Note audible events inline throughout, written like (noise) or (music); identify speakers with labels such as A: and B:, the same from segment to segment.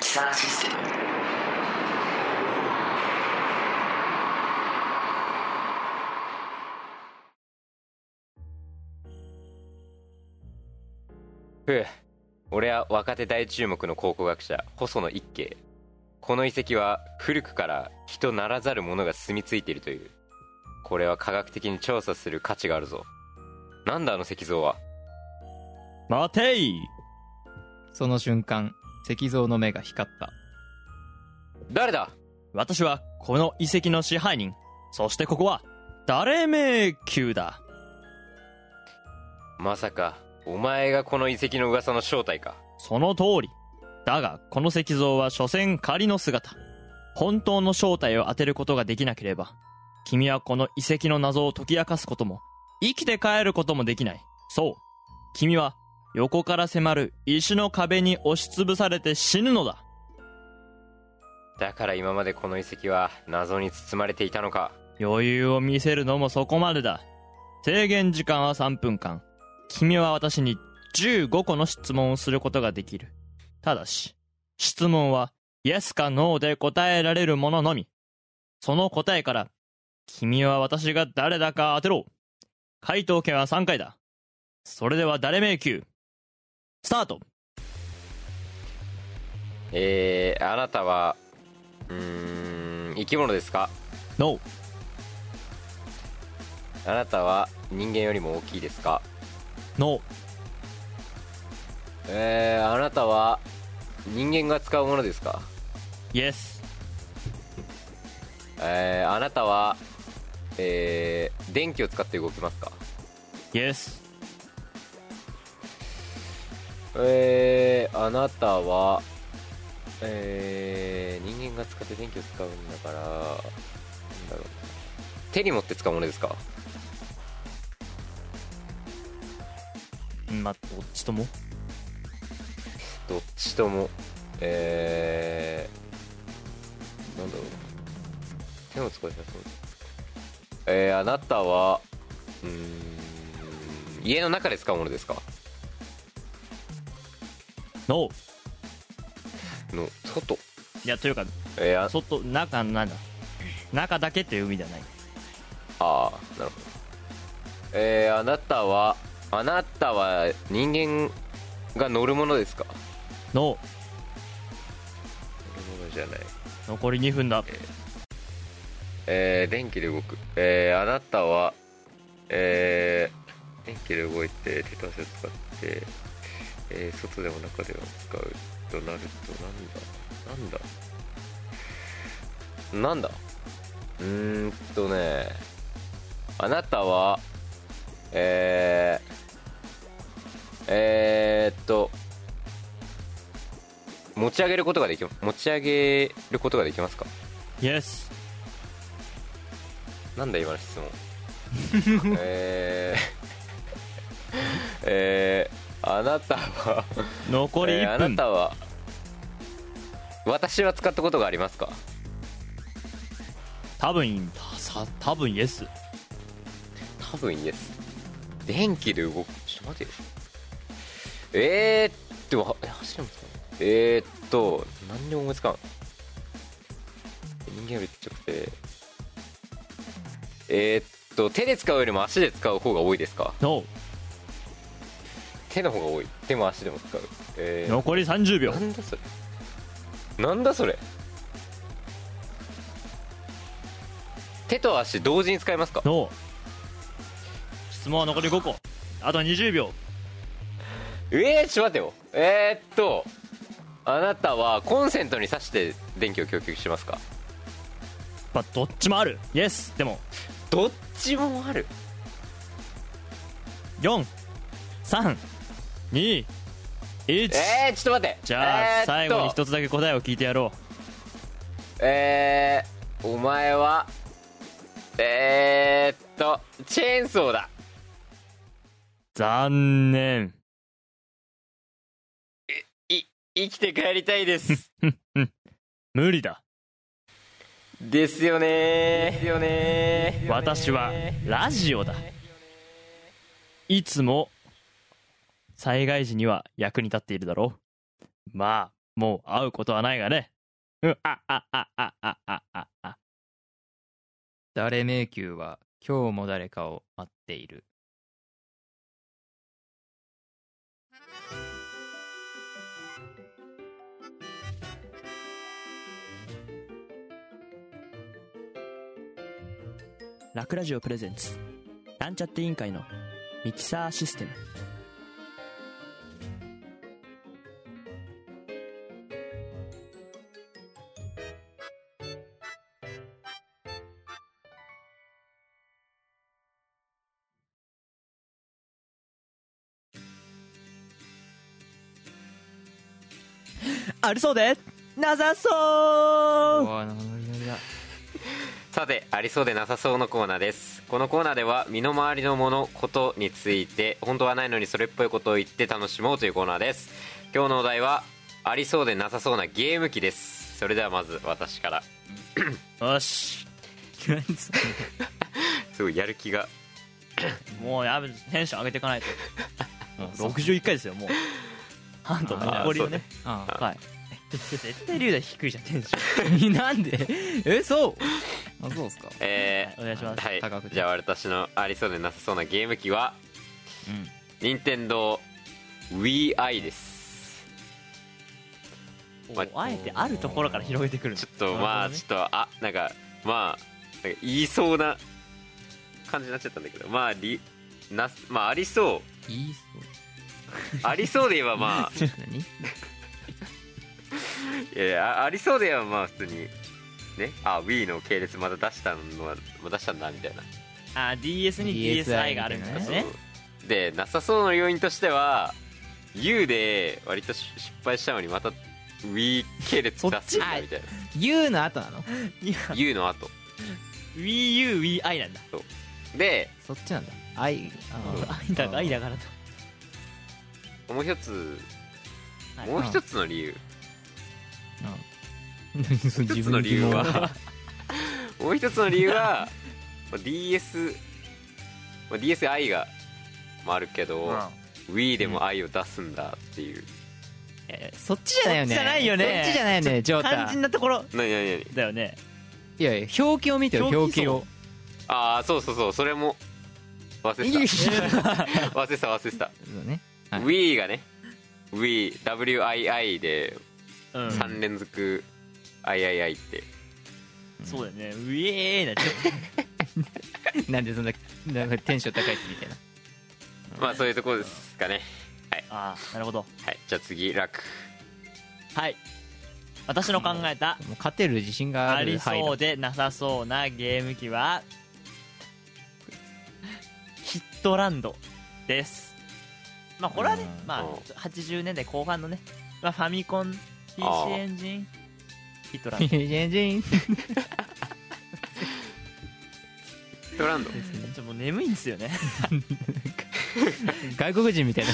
A: キサーシステム
B: ふう俺は若手大注目の考古学者細野一慶この遺跡は古くから人ならざる者が住み着いているというこれは科学的に調査する価値があるぞなんだあの石像は
C: 待てい
D: その瞬間、石像の目が光った。
B: 誰だ
E: 私はこの遺跡の支配人。そしてここは、誰迷宮だ。
B: まさかお前がこの遺跡の噂の正体か
E: その通り。だが、この石像は所詮仮の姿。本当の正体を当てることができなければ、君はこの遺跡の謎を解き明かすことも、生きて帰ることもできない。そう。君は、横から迫る石の壁に押しつぶされて死ぬのだ。
B: だから今までこの遺跡は謎に包まれていたのか
E: 余裕を見せるのもそこまでだ。制限時間は3分間。君は私に15個の質問をすることができる。ただし、質問は、イエスかノーで答えられるもののみ。その答えから、君は私が誰だか当てろ。回答権は3回だ。それでは誰迷宮スタート
B: えー、あなたはうーん生き物ですか
E: ノー
B: あなたは人間よりも大きいですか
E: ノー
B: えー、あなたは人間が使うものですか
E: イエス
B: えー、あなたは、えー、電気を使って動きますか
E: イエス
B: えー、あなたは、えー、人間が使って電気を使うんだから、なんだろう。手に持って使うものですか
E: ま、どっちとも
B: どっちとも。えー、なんだろう。手の使い方そうえー、あなたは、うーん、家の中で使うものですか
E: ノー
B: の、外。
E: いや、というか、
B: えー、あ
E: 外、中、なんだ中だけっていう意味じゃない。
B: ああなるほどえー、あなたはあなたは人間が乗るものですか乗
E: ノー
B: るものじゃない
E: 残り2分だ
B: えー、電気で動くえー、あなたはえー、電気で動いて手と足を使ってえー、外でも中でも使うとなるとなんだなんだなんだうーんとねあなたはえー、えー、っと持ち上げることができ持ち上げることができますか
E: イエス
B: なんだ今の質問 (laughs) えー、 (laughs) えー、あなたは
E: 残り
B: えー
E: 1
B: あな
E: 分、
B: たは私は使ったことがありますか
E: 多分たさ多分イエス
B: 多分イエス電気で動くちょっと待てよえー、っとはえ走るもんえー、っと何にも思いつかん人間よりちっちゃくてえー、っと手で使うよりも足で使う方が多いですか
E: ノ
B: 手の方が多い手も足でも使うえ
E: ー
B: ー
E: 残り30秒
B: なんだそれなんだそれ手と足同時に使いますか
E: ノー質問は残り5個あと20秒
B: えー、ちょっと待ってよえー、っとあなたはコンセントに挿して電気を供給しますか
E: まあどっちもあるイエスでも
B: どっちもある
E: 4321
B: えー、ちょっと待って
E: じゃ
B: えー
E: あ
B: っと
E: 最後に一つだけ答えを聞いてやろ
B: えー、お前はえー、っとチェーンソー
E: う
B: だ
E: 残念
B: 生きて帰りたいです
E: 無理だ
B: ですよねーですよねー
E: 私はラジオだいつも災害時には役に立っているだろうまあもう会うことはないがねうんああああああああ
D: 誰迷宮は今日も誰かを待っている。
E: ラクラジオプレゼンツなんちゃって委員会のミキサーシステムあるそうでなさそう
D: おー、ノリノリだ。
B: さてありそうでなさそうのコーナーですこのコーナーでは身の回りのものことについて本当はないのにそれっぽいことを言って楽しもうというコーナーです今日のお題はありそうでなさそうなゲーム機ですそれではまず私から
E: よし
B: すごいやる気が
E: もうやべテンション上げていかないともう61回ですよもうハントの残りをね
D: あ
E: はい絶対龍大低いじゃんテンション
D: あ。な
E: (laughs)
D: んでえ、そうあ、そうっすか。
B: えー
E: お願いします
B: はい
D: 高くて
B: じゃあ私のありそうでなさそうなゲーム機は
D: うん。
B: 任天堂 WiiI です
E: おあえてあるところから広げてくるの
B: ちょっとまあ
E: なる
B: ちょっとあなんかまあなんか言いそうな感じになっちゃったんだけどまありなまあありそう
D: いいっす
B: ありそうで言えばまあ
D: よ。何
B: (laughs) いやいやあありそうではまあ普通にねあ Wii の系列また出したのはまた出したんだみたい
E: ほ
B: な、
E: どねあ DS に DSi があるみたいなね
B: そうでなさそうの要因としては U で割とし失敗したのにまた Wii 系列出すんだみたい
D: ?U の後なの
B: な U の後
E: WiiUWii なんだ
B: で
D: そっちなんだ。I、あ
E: 愛だが愛だからと
B: もう一つ
E: はい
B: もう一つの理由
D: うん。
B: 一
D: 一
B: つの理由は (laughs) もう一つの理由はまあ DS まあ DSi がもあるけど、Wii でも i を出すんだっていう、
D: そっちじゃないよね。
E: そっちじゃないよね
D: そっちじゃないよね、ジョー
E: 肝
D: タ
E: 心。なところ
B: なになになに
E: だよね
D: いやいや、表記を見てよ、表
E: 表記
D: 記を。
B: ああそうそうそうそれも忘れ
D: いやい
B: て
D: や
B: た (laughs) 忘れてた忘れてた
D: そうね。はい
B: Wii がね WeeWii で
E: うん
B: 3連続 III って
E: そうだよねウィーイなっちゃ
D: なんでそんな、なんかテンション高いっすみたいな。
B: まあそういうところですかね
E: うああなるほど
B: はいじゃあ次楽
E: はい私の考えた
D: もう勝てる自信があ
E: あ
D: る
E: り
D: 範囲
E: そうでなさそうなゲーム機はヒットランドですまあこれはね
D: うん
E: まあ
B: うん
E: 80年代後半のね、まあ、ファミコン PC
B: あー
E: エンジンヒットラン
D: だ。
E: ド
D: ジェンジェン
B: ヒットランド
E: ちょもう眠いんですよ (laughs) ね
D: 外国人みた
E: (laughs)
D: いな。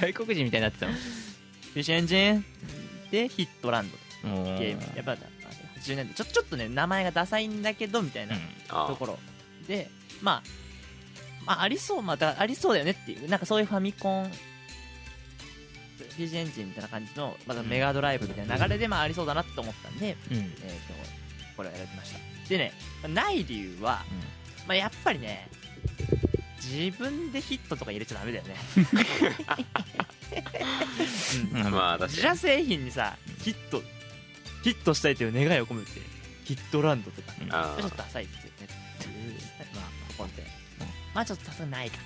D: 外国人みたいになってたもん。
E: PC エンジンでヒットランド
D: もう
E: ゲームやっぱまあ80年代ちょちょっとね名前がダサいんだけどみたいな
B: あ
E: と
B: ー
E: ころでまあまあありそうまあだからありそうだよねっていうなんかそういうファミコン PC エンジンみたいな感じの、まあ、メガドライブみたいな流れで、まあ、ありそうだなと思ったんで、
D: うん。うん。
E: えー、とこれを選びましたでねない理由は、まあ、やっぱりね自分でヒットとか入れちゃダメだよね
D: うん
B: まあ
E: 自
B: 確か
E: 社製品にさヒットヒットしたいという願いを込めてヒットランドとか
B: に
E: ちょ
B: あ
E: (laughs) っとダサいですよねっていうまあここでまあちょっとさすがにないかな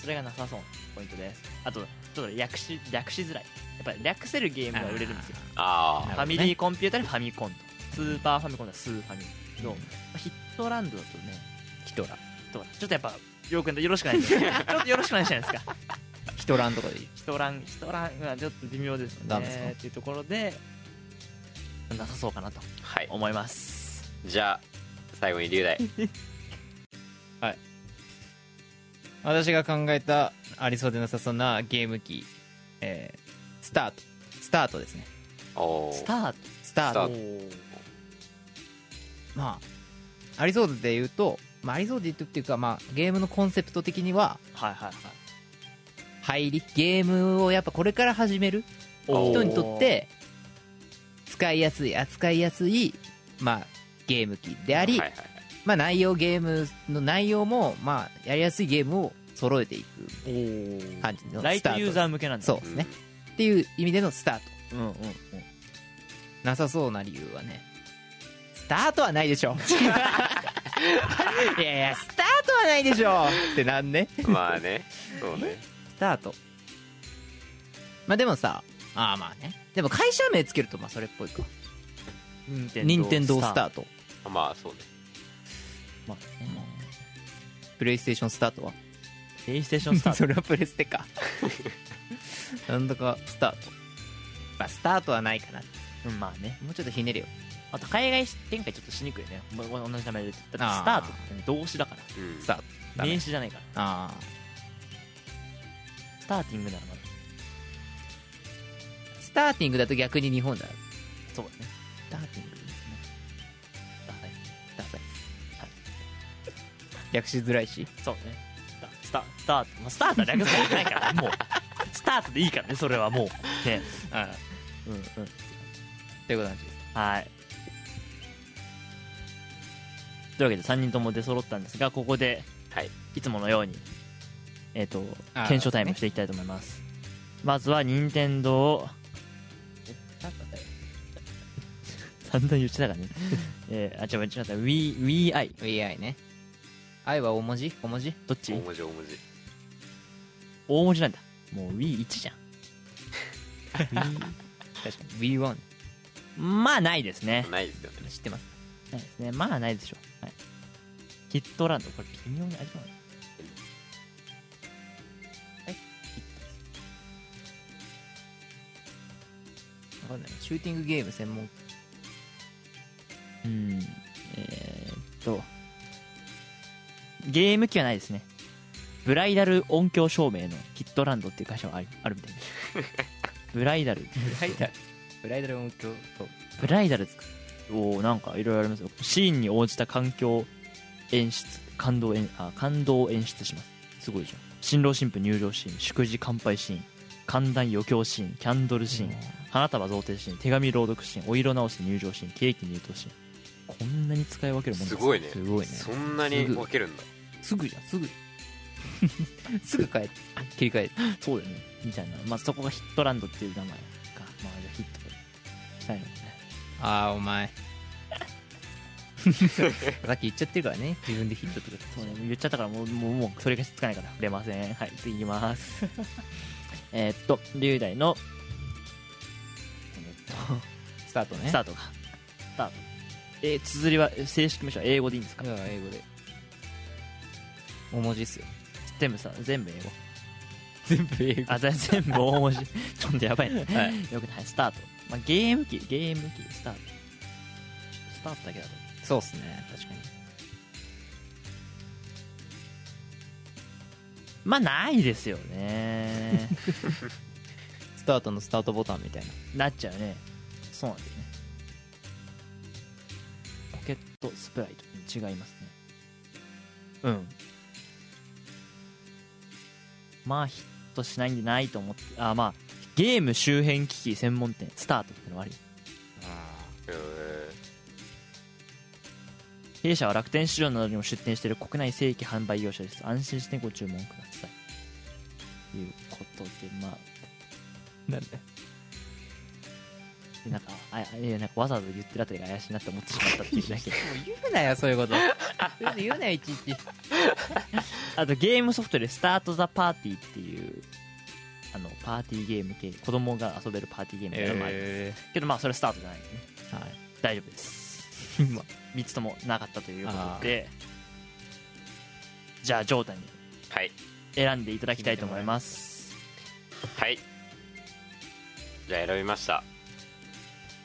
E: それがなさそうなポイントですあとちょっと略し略しづらいやっぱり略せるゲームが売れるんですよ
B: あ
E: ファミリーコンピュータにファミコンとスーパーファミコンではスーファミの、まあヒットランドだとね
D: ヒトラ
E: どうだちょっとやっぱよくよろしくないですねちょっとよろしくないじゃないですか
D: ヒトランとかでいい
E: ヒトランヒトランはちょっと微妙です
D: ダ
E: よ
D: メですか
E: ねっていうところでなさそうかなと
B: ーはい
E: 思います
B: じゃあ最後に龍大
D: 私が考えたありそうでなさそうなゲーム機、えースタートスタートですね
B: お
E: ス
B: ー
E: タート
D: スタ
B: スタ
D: ート
B: ート
D: まあありそうで言うと、まあ、ありそうで言うとっていうか、まあ、ゲームのコンセプト的には
E: はいはいはい
D: 入りゲームをやっぱこれから始める
B: おー
D: 人にとって使いやすい扱いやすい、まあ、ゲーム機であり、
B: はいはいはい
D: まあ、内容ゲームの内容も、まあ、やりやすいゲームを揃えていく
E: おー
D: 感じの
E: ライ
D: スタ
E: トユー
D: ー
E: ザ
D: ト
E: ー向けなんだ
D: そうですね、っていう意味でのスタート
E: うんうんうん
D: なさそうな理由はねスタートはないでし (laughs) ょいやいやスタートはないでしょってなんね
B: まあねそう
D: (laughs)
B: ね
D: スタートまあでもさああまあねでも会社名つけるとまあそれっぽいか任天堂スタート
B: まあそうね
D: まあプレイステーションスタートは
E: プレイステーションスタート
D: それはプレステかなんだかスタートまあスタートはないかな
E: うんまあね
D: もうちょっとひねるよ
E: あと海外展開ちょっとしにくいよねもう同じ名前でだってスタ
D: あー
E: ートってね動詞だから
B: うん
D: スタートダメ
E: 名詞じゃないから
D: ああ
E: スターティングならまだ
D: スターティングだと逆に日本だ
E: そうだね
D: スターティング
E: はい
D: ダサい略しづらいし
E: そうね。スタスタスタート。まあ、スタートは略すもんじゃないから、もう。スタートでいいからね、それはもう。
D: (laughs)
E: ね。
D: うんうんということなんです
E: はい。というわけで3人とも出揃ったんですが、ここで、
B: はい
E: いつものように、えっ、と
D: あー、
E: 検証タイムしていきたいと思います。まずは、任天 (laughs) 堂散々言ってたからね。えー、あ、違う違った。Wii、Wii i
D: VI ね愛は大文字小文字
E: どっち
B: 大文字大文字
E: 大文字なんだ。もう Wii1 じゃん。
D: 確かに V1
E: まあ、ないですね。
B: ないですよね
D: 知ってます
E: ないですね。まあないでしょう。はい、ヒットランド、これ微妙にありそうなの
D: わかんないシューティングゲーム専門
E: うん。えー、っと。ゲーム機はないですね。ブライダル音響照明のヒットランドっていう会社はありあるみたいです。ブライダル。
D: ブライダルブライダル音響と
E: ブライダル作る。おーなんかいろいろありますよ。シーンに応じた環境演出、感動演、あ、感動を演出します。すごいじゃん。新郎新婦入場シーン、祝辞乾杯シーン、寒暖余興シーン、キャンドルシーン、花束贈呈シーン手紙朗読シーンお色直し入場シーンケーキ入刀シーンこんなに使い分けるもん
B: すごいね
D: すごいね
B: そんなに分けるんだ
D: すぐじゃんす (laughs) ぐすぐ変え切り替え
E: そうだよねみたいなまあそこがヒットランドっていう名前かまあじゃあヒットしたいのね
D: ああお前 (laughs) さっき言っちゃってるからね自分でヒットとか
E: そうね言っちゃったからもうもうもうそれがしつかないから触れませんはい次いきます (laughs) えーっと龍大のえーっ
D: スタート
E: と
D: ね
E: スタートがスタートえー、綴りは正式名称は英語でいいんですか
D: いや英語で大文字っすよ
E: 全部さ全部英語
D: 全部英
E: あ、じゃあ全部大 (laughs) 文字。ちょっとやばいね。
D: は
E: よくない。スタート。まあ、ゲーム機、ゲーム機、スタート。スタートだけだと。
D: そうっすね確かに
E: まあ、ないですよね。
D: スタートのスタートボタンみたいな
E: なっちゃうね。そうなんだよね。ポケットスプライト。違いますね。うん。まあ、ヒットしないんでないと思って。あ、まあ、ゲーム周辺機器専門店、スタートってのはあり
B: へー
E: 弊社は楽天市場などにも出店している国内正規販売業者です安心してご注文くださいということでまあ
D: なんで
E: でなんかあいやなんかわざわざ言ってるあたりが怪しいなって思ってしまったっていうだけ
D: 言うなよそういうことそういうの言うなよいちいち
E: あとゲームソフトでスタートザパーティーっていうあのパーティーゲーム系子供が遊べるパーティーゲームやる前です、
F: え
E: けどまあそれスタートじゃないんでね
F: ー (laughs) はい
E: 大丈夫です
F: ま
E: 3つともなかったということでじゃあジョータに
B: はい
E: 選んでいただきたいと思います
B: はいじゃあ選びました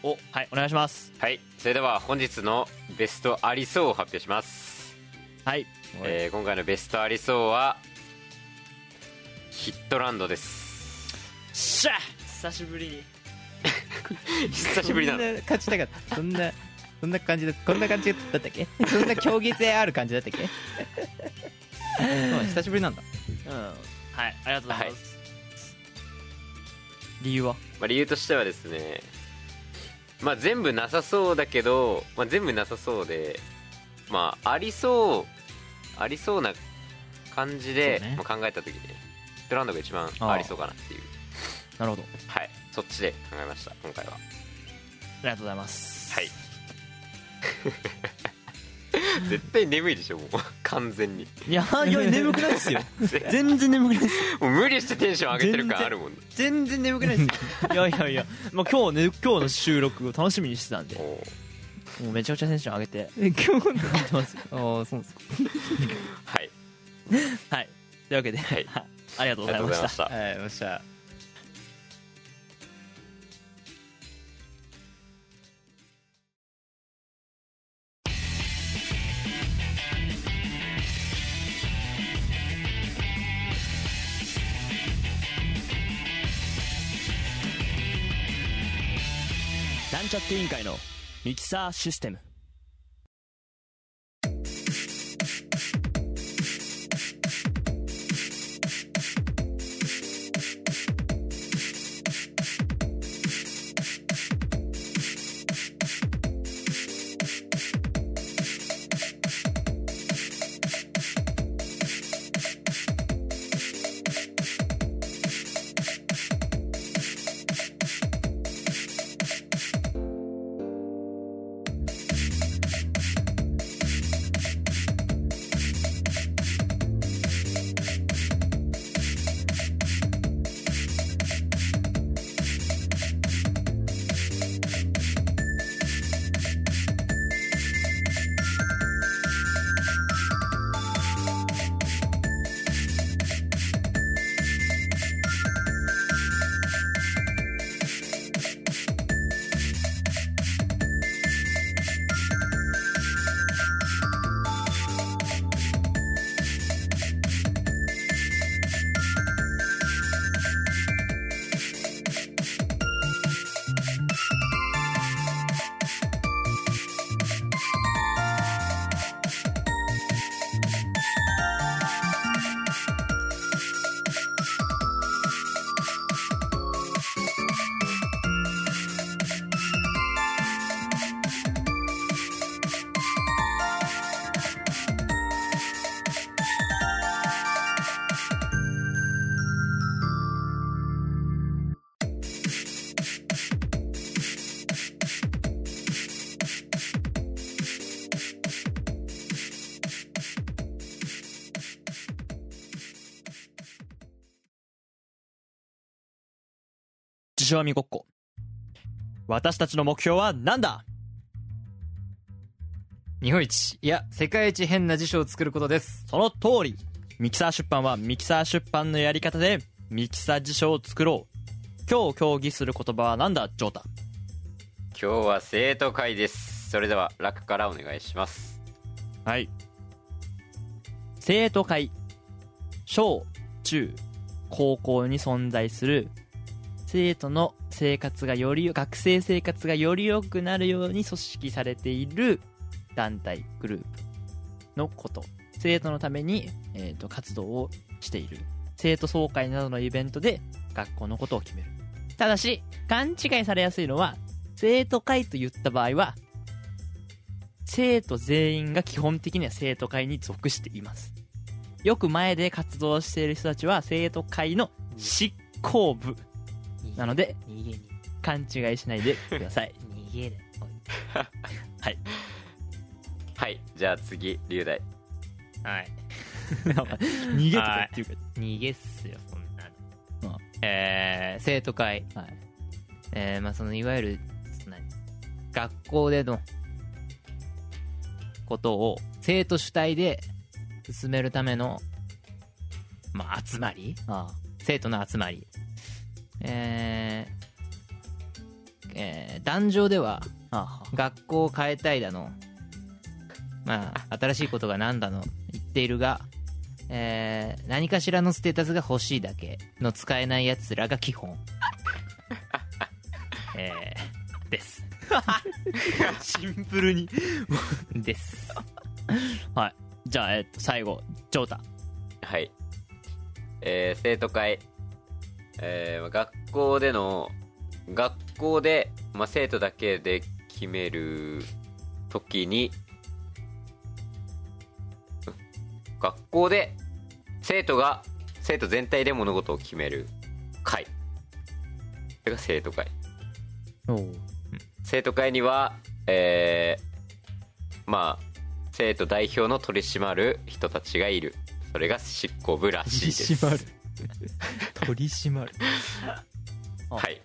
E: おはいお願いします
B: はいそれでは本日のベストありそうを発表します、
E: はい
B: えー今回のベストありそうはヒットランドです
D: (laughs)
E: しゃ久しぶりに
B: 久しぶりなの
F: そんな勝ちたかったそんなそんな感じだこんな感じだったっけそんな競技性ある感じだったっけそう久しぶりなんだ
E: うんはいありがとうございます、理由は
B: まあ、理由としてはですね、まあ、全部なさそうだけど、まあ、全部なさそうで、まあ、ありそうありそうな感じで、
F: そうね
B: まあ考えた時にヒットランドが一番
E: ああ
B: ありそうかなっていう
E: なるほど
B: はいそっちで考えました今回は
E: ありがとうございます (laughs)
B: はい絶対眠いでしょもう完全に
E: いやいや眠くないです (laughs) よ全然眠くないです
B: もう無理してテンション上げてる感あるもんね
E: 全然眠くないです (laughs) いやいやいや、まあ、今日ね今日の収録を楽しみにしてたんで
B: おー
E: もうめちゃくちゃテンション上げて
F: 今日の
E: やって
D: (laughs)
E: ます
F: ああそうですか
B: はい
E: はいというわけで、
B: はい
E: ありがと
B: あ
E: う
B: り
E: ございうま
B: がとござい
E: し
B: ま
E: た
B: した
F: はいよっしゃ
E: なんちゃって委員会のミキサーシステム自称みごっこ私たちの目標はなんだ
D: 日本一、いや、世界一変な辞書を作ることです。
E: その通りミキサー出版はミキサー出版のやり方でミキサー辞書を作ろう今日協議する言葉はなんだジョータ
B: 今日は生徒会ですそれでは楽からお願いします
E: はい生徒会小中高校に存在する生徒の生活がより学生生活がより良くなるように組織されている団体グループのこと生徒のために、えー、と活動をしている生徒総会などのイベントで学校のことを決めるただし勘違いされやすいのは生徒会と言った場合は生徒全員が基本的には生徒会に属していますよく前で活動している人たちは生徒会の執行部なので
A: 逃げに
E: 勘違いしないでください
A: 逃げる
B: はいじゃあ次龍大
D: はい。
E: (laughs) 逃げとかっていうか
D: 逃げっすよそんな
E: あ
D: の、えー生徒会、
E: はい
D: えーまあ、そのいわゆるその何学校でのことを生徒主体で進めるための、まあ、集まり
E: あ
D: 生徒の集まりえーえー壇上では
E: ああ
D: 学校を変えたいだの、まあ、新しいことが何だの言っているが、えー何かしらのステータスが欲しいだけの使えないやつらが基本、 (laughs) えーです
E: あシンプルに
D: です
E: じゃあ、えっと、最後ジョータ
B: はい。えー生徒会。えー学校での、学校で、まあ、生徒だけで決めるときに、うん学校で生徒が、生徒全体で物事を決める会。これが生徒会。生徒会には、えーまあ、生徒代表の取り締まる人たちがいる。それが執行部らしいです。
E: る取り締まるまる
B: はい。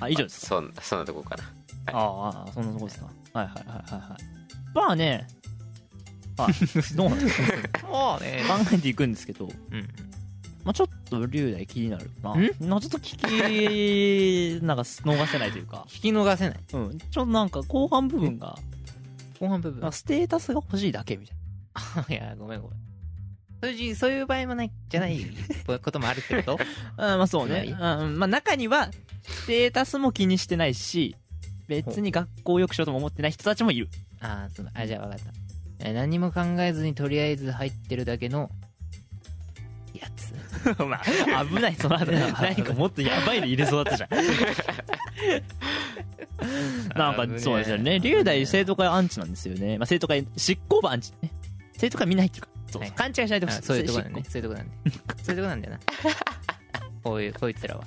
E: あ以上ですか
B: そんそんなとこかな。
E: ああそんなとこですかはいはいはいはいはいまあね (laughs) はいどうなんですか (laughs)
D: もうね
E: 考えていくんですけど
D: うん
E: まあちょっと龍大気になるなんなんかちょっと聞きなんか逃せないというか
D: 聞き逃せない
E: (laughs) うんちょっとなんか後半部分が
D: 後半部
E: なん
D: 分
E: かステータスが欲しいだけみたい
D: (laughs) いやごめんごめんそういうじそういう場合もないじゃないこともあるってこと
E: (laughs) なあまあそう
D: な
E: ね
D: い
E: うんまあ中にはステータスも気にしてないし別に学校を良くしようとも思ってない人たちもいる
D: ああそうあじゃあ分かった、えー何も考えずにとりあえず入ってるだけのやつ
E: まあ、 (laughs) 危ない、その後。何かもっとやばいの入れそうだ (laughs) ったじゃん。なんか、そうですよね。龍大生徒会アンチなんですよね。まあ、生徒会、執行部アンチ。ね生徒会みんな入ってるから。そう
D: はい
E: 勘違いしないでほし
D: あ
E: い。
D: そういうとこ
E: こ
D: なんだねそういうとこなんだねそういうとこなん
E: (laughs)
D: だよなこういうこいつらは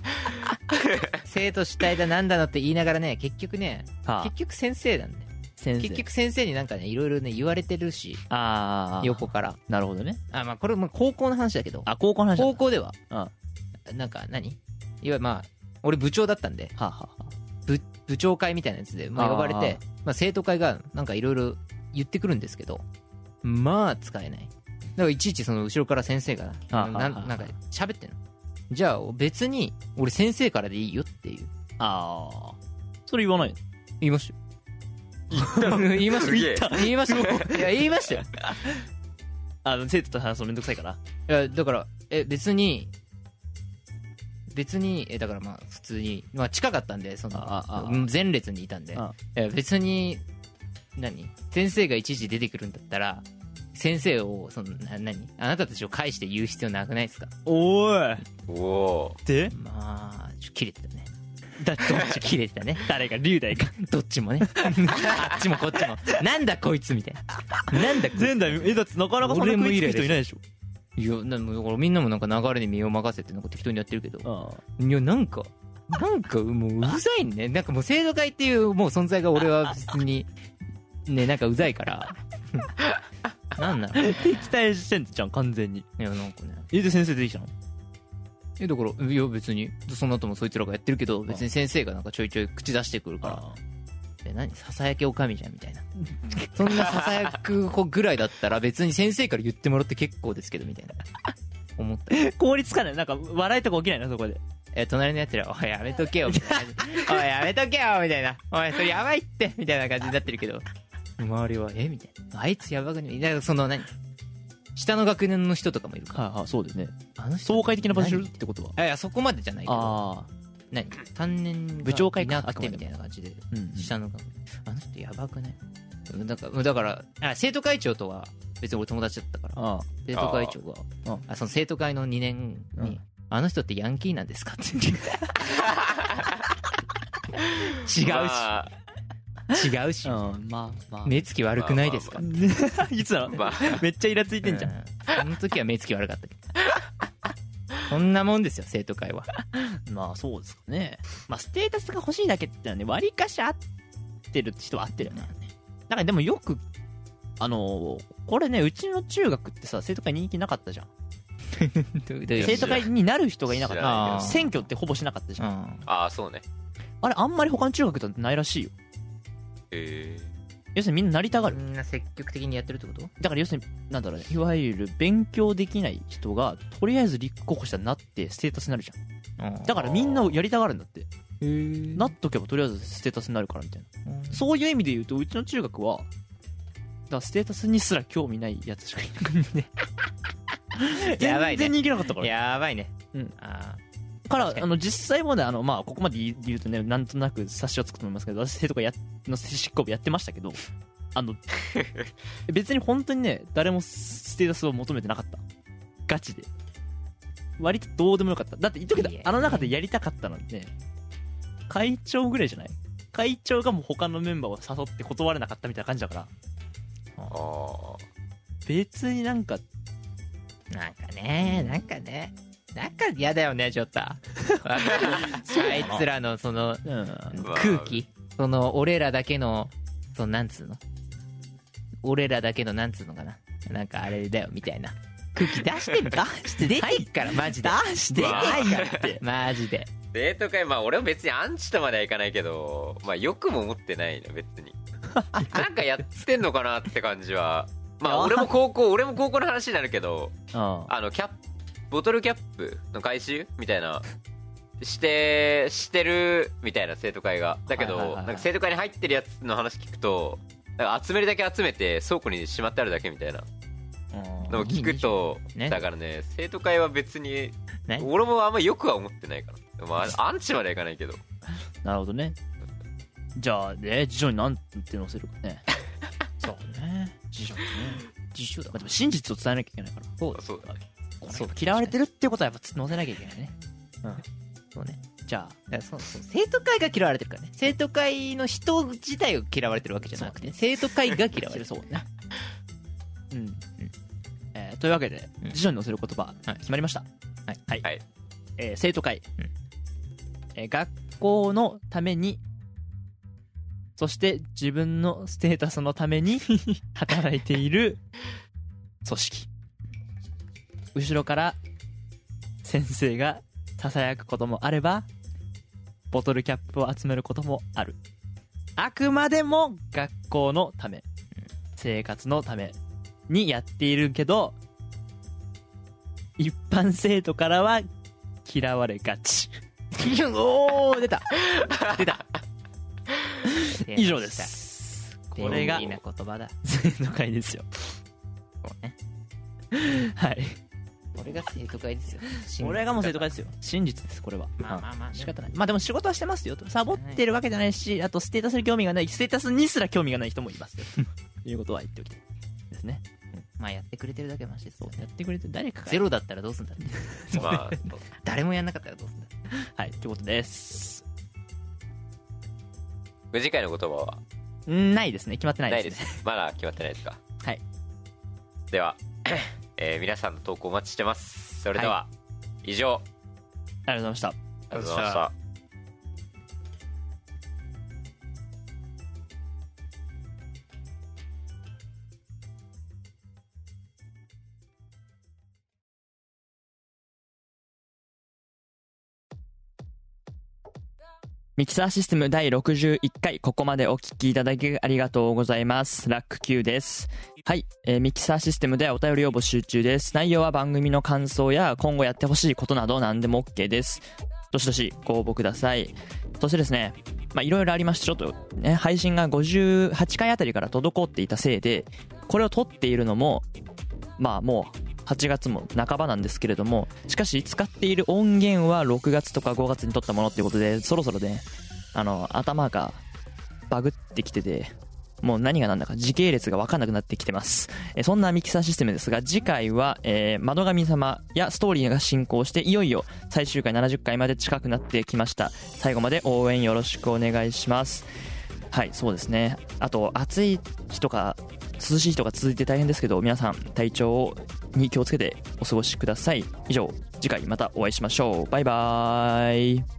D: 生徒主体だなんだのって言いながらね結局ね
E: はあ
D: 結、局先生なんだよ
E: 先生。
D: 結局先生になんかねいろいろね言われてるし
E: ああ、
D: 横から
E: なるほどね。
D: あまあこれもう高校の話だけど
E: あ、高校の話だ
D: 高校ではなんか何いわゆるまあ俺部長だったんで
E: はあ、はあ、
D: 部部長会みたいなやつで、まあ、呼ばれ
E: あー
D: てまあ、生徒会がなんかいろいろ言ってくるんですけどまあ使えないだからいちいちその後ろから先生が
E: あ
D: な
E: ー
D: な
E: あー
D: なんか喋ってんのじゃあ別に俺先生からでいいよっていう
E: ああ。それ言わないよ。
D: 言いましたよ言いました
B: すげえ
D: よ言いましたよいや言いましたよ
E: あの、生徒と話すのめんどくさいから。
D: いやだからえ別に別にえだからまあ普通に、まあ、近かったんでその
E: あああ
D: うん前列にいたんで
E: あ
D: いや別に何先生がいちいち出てくるんだったら先生をそのな何あなたたちを返して言う必要なくないですか
E: おいっ
B: おお
E: て
D: まあちょ切れてたね
E: だって、
D: ちょ切れてたね
E: (laughs) 誰か、龍大か。
D: どっちもね (laughs) あっちもこっちもなんだこいつみたいななんだこいつ
E: 前 (laughs) 代、え、だってなかなかそんな食いつく人いないでしょ。
D: いやなだからみんなもなんか流れに身を任せてなんか適当にやってるけど
E: あ
D: いやなんかなんかもううざいねなんかもう制度会っていうもう存在が俺は別にねなんかうざいから (laughs) なんなの
E: あ。敵対してんじゃん、完全に。
D: いやなんかね
E: え、で、先生出てきたの
D: えだからいや別にその後もそいつらがやってるけど別に先生がなんかちょいちょい口出してくるからえ何ささやきおかみじゃんみたい
E: (laughs)
D: なそんなささやく子ぐらいだったら別に先生から言ってもらって結構ですけどみたいな思った
E: 効率かないなんか笑いとか起きないなそこで
D: え隣のやつら「おいやめとけよ」みたい
E: (laughs)
D: な「おいやめとけよ」みたいな「おいそれやばいって」みたいな感じになってるけど周りは「えみたいな「あいつやばくね」だからその何下の学年の人とかもいるから
E: はいはいそうだよね
D: あの人
E: 爽快的な場所
D: 何
E: ってことはい
D: やいやそこまでじゃないけど
E: ああ
D: 何単年が
E: 部長会
D: い
E: か
D: なくて
E: あくまでも
D: みたいな感じで
E: うん
D: 下の学年あの人やばくないだからだからあ生徒会長とは別に俺友達だったから
E: あ
D: 生徒会長が
E: あ
D: あその生徒会の2年
E: う
D: に
E: ん
D: 「あの人ってヤンキーなんですか?」って言 (laughs) って
B: 違う
E: し
D: 違うし
E: あうんまあまあ
D: 目つき悪くないですか
E: (laughs) いつだろ
B: まあ
E: めっちゃイラついてんじゃん
D: うんその時は目つき悪かったけどそんなもんですよ生徒会は
E: まあそうですかねまあステータスが欲
D: (laughs)
E: しいだけってのはね割かし合ってる人は合ってるよねなんかでもよくあのーこれねうちの中学ってさ生徒会人気なかったじゃん
D: で
E: 生徒会になる人がいなかっ
B: 知ら
E: た
D: ない
E: んだけど選挙ってほぼしなかったじ
D: う
E: ゃん、
D: ん
B: ああそうね
E: あれあんまり他の中学だってないらしいよ
B: え
E: 要するにみんななりたがる
D: みんな積極的にやってるってこと
E: だから要するになんだろうねいわゆる勉強できない人がとりあえず立候補したらなってステータスになるじゃんだからみんなやりたがるんだってなっとけばとりあえずステータスになるからみたいなそういう意味で言うとうちの中学はだからステータスにすら興味ないやつしかいなくて
D: (laughs) やばい
E: 全
D: ね
E: 然人気なかったから
D: やばいね
E: うん
D: あ
E: からあの実際もねあの、まあ、ここまで言う言うとねなんとなく冊子をつくと思いますけど私生徒会やの執行部やってましたけどあ
D: (laughs)
E: の別に本当にね誰もステータスを求めてなかったガチで割とどうでもよかっただって言っとくけ
D: いい
E: ど
D: え
E: あの中でやりたかったのって会長ぐらいじゃない会長がもう他のメンバーを誘って断れなかったみたいな感じだから
B: あー
E: 別になんか
D: ーなんかねなんかねなんか嫌だよねちょっ (laughs) とあいつらのその
E: うん
B: まあ
D: 空気その俺らだけのそのなんつうの俺らだけのなんつうのかななんかあれだよみたいな空気出してる出してないからマジで出してないってマジで
B: デート会まあ俺も別にアンチとまではいかないけどまあよくも思ってないな別になんかやってんのかなって感じはまあ俺も高校俺も高校の話になるけど
E: あ
B: あのキャップボトルキャップの回収みたいなしてしてるみたいな生徒会がだけ
E: は
B: ど、
E: いはいはいはい
B: なんか生徒会に入ってるやつの話聞くとなんか集めるだけ集めて倉庫にしまってあるだけみたいなのを聞くと
D: いいね
B: だからね生徒会は別に、
D: ね
B: 俺もあんまよくは思ってないから、
E: (laughs)
B: まあ、アンチまではいかないけど
E: なるほどねじゃあね次女になんて載せるかね
D: そうね辞書ね辞書だ
E: まあ、でも真実を伝えなきゃいけないから
B: そうだね
E: そう嫌われてるってことはやっぱ載せなきゃいけないね
D: そうね
E: じゃあ
D: だからそうそう生徒会が嫌われてるからね生徒会の人自体を嫌われてるわけじゃなくて、生徒会が嫌われるそうね
E: うん、えーというわけで
D: うん
E: 辞書に載せる言葉、
D: はい
E: 決まりました
D: はい、
E: はい
B: はい
E: えー生徒会、
D: うん
E: えー学校のためにそして自分のステータスのため
D: (laughs)
E: に働いている組織後ろから先生がささやくこともあればボトルキャップを集めることもあるあくまでも学校のため生活のためにやっているけど一般生徒からは嫌われがち
D: おー出た (laughs) 出 (laughs) た
E: 以上ですこ
D: こ
E: れ
D: れ
E: が
D: がいいな言葉だ
E: 生徒会ですよはい
D: これが生徒会ですよ
E: これがもう生徒会ですよ真実ですこれは
D: まあまあまあ
E: 仕方ないまあでも仕事はしてますよとサボってるわけじゃないしあとステータスに興味がないステータスにすら興味がない人もいますよ (laughs) ということは言っておきたいですね
D: まあやってくれてるだけはマジですよ
E: や
D: ね
E: ってくれて誰かが
D: ゼロだったらどうすんだって
B: まあ
D: 誰もやんなかったらどうすんだ
E: はいということです
B: 無次会の言葉は
E: んないですね決まってない
B: な
E: で
B: い
E: す,、ね、
B: ですまだ決まってないですか
E: はい
B: では、 (clears throat) えー皆さんの投稿お待ちしてますそれでは、以上
E: ありがとうございました
B: ありがとうございました
E: ミキサーシステム第61回、ここまでお聞きいただきありがとうございます。ラック Q です。はい、えーミキサーシステムではお便りを募集中です。内容は番組の感想や今後やってほしいことなど何でも OK です。どしどしご応募ください。そしてですね、まあいろいろありまして、ちょっとね、配信が58回あたりから滞っていたせいで、これを撮っているのも、まあもう、8月も半ばなんですけれどもしかし使っている音源は6月とか5月に撮ったものっていうことでそろそろねあの頭がバグってきててもう何が何だか時系列が分かんなくなってきてますえーそんなミキサーシステムですが次回は、えー、窓神様やストーリーが進行していよいよ最終回70回まで近くなってきました最後まで応援よろしくお願いしますはいそうですねあと暑い日とか涼しい日とか続いて大変ですけど皆さん体調をに気をつけてお過ごしください以上次回またお会いしましょうバイバーイ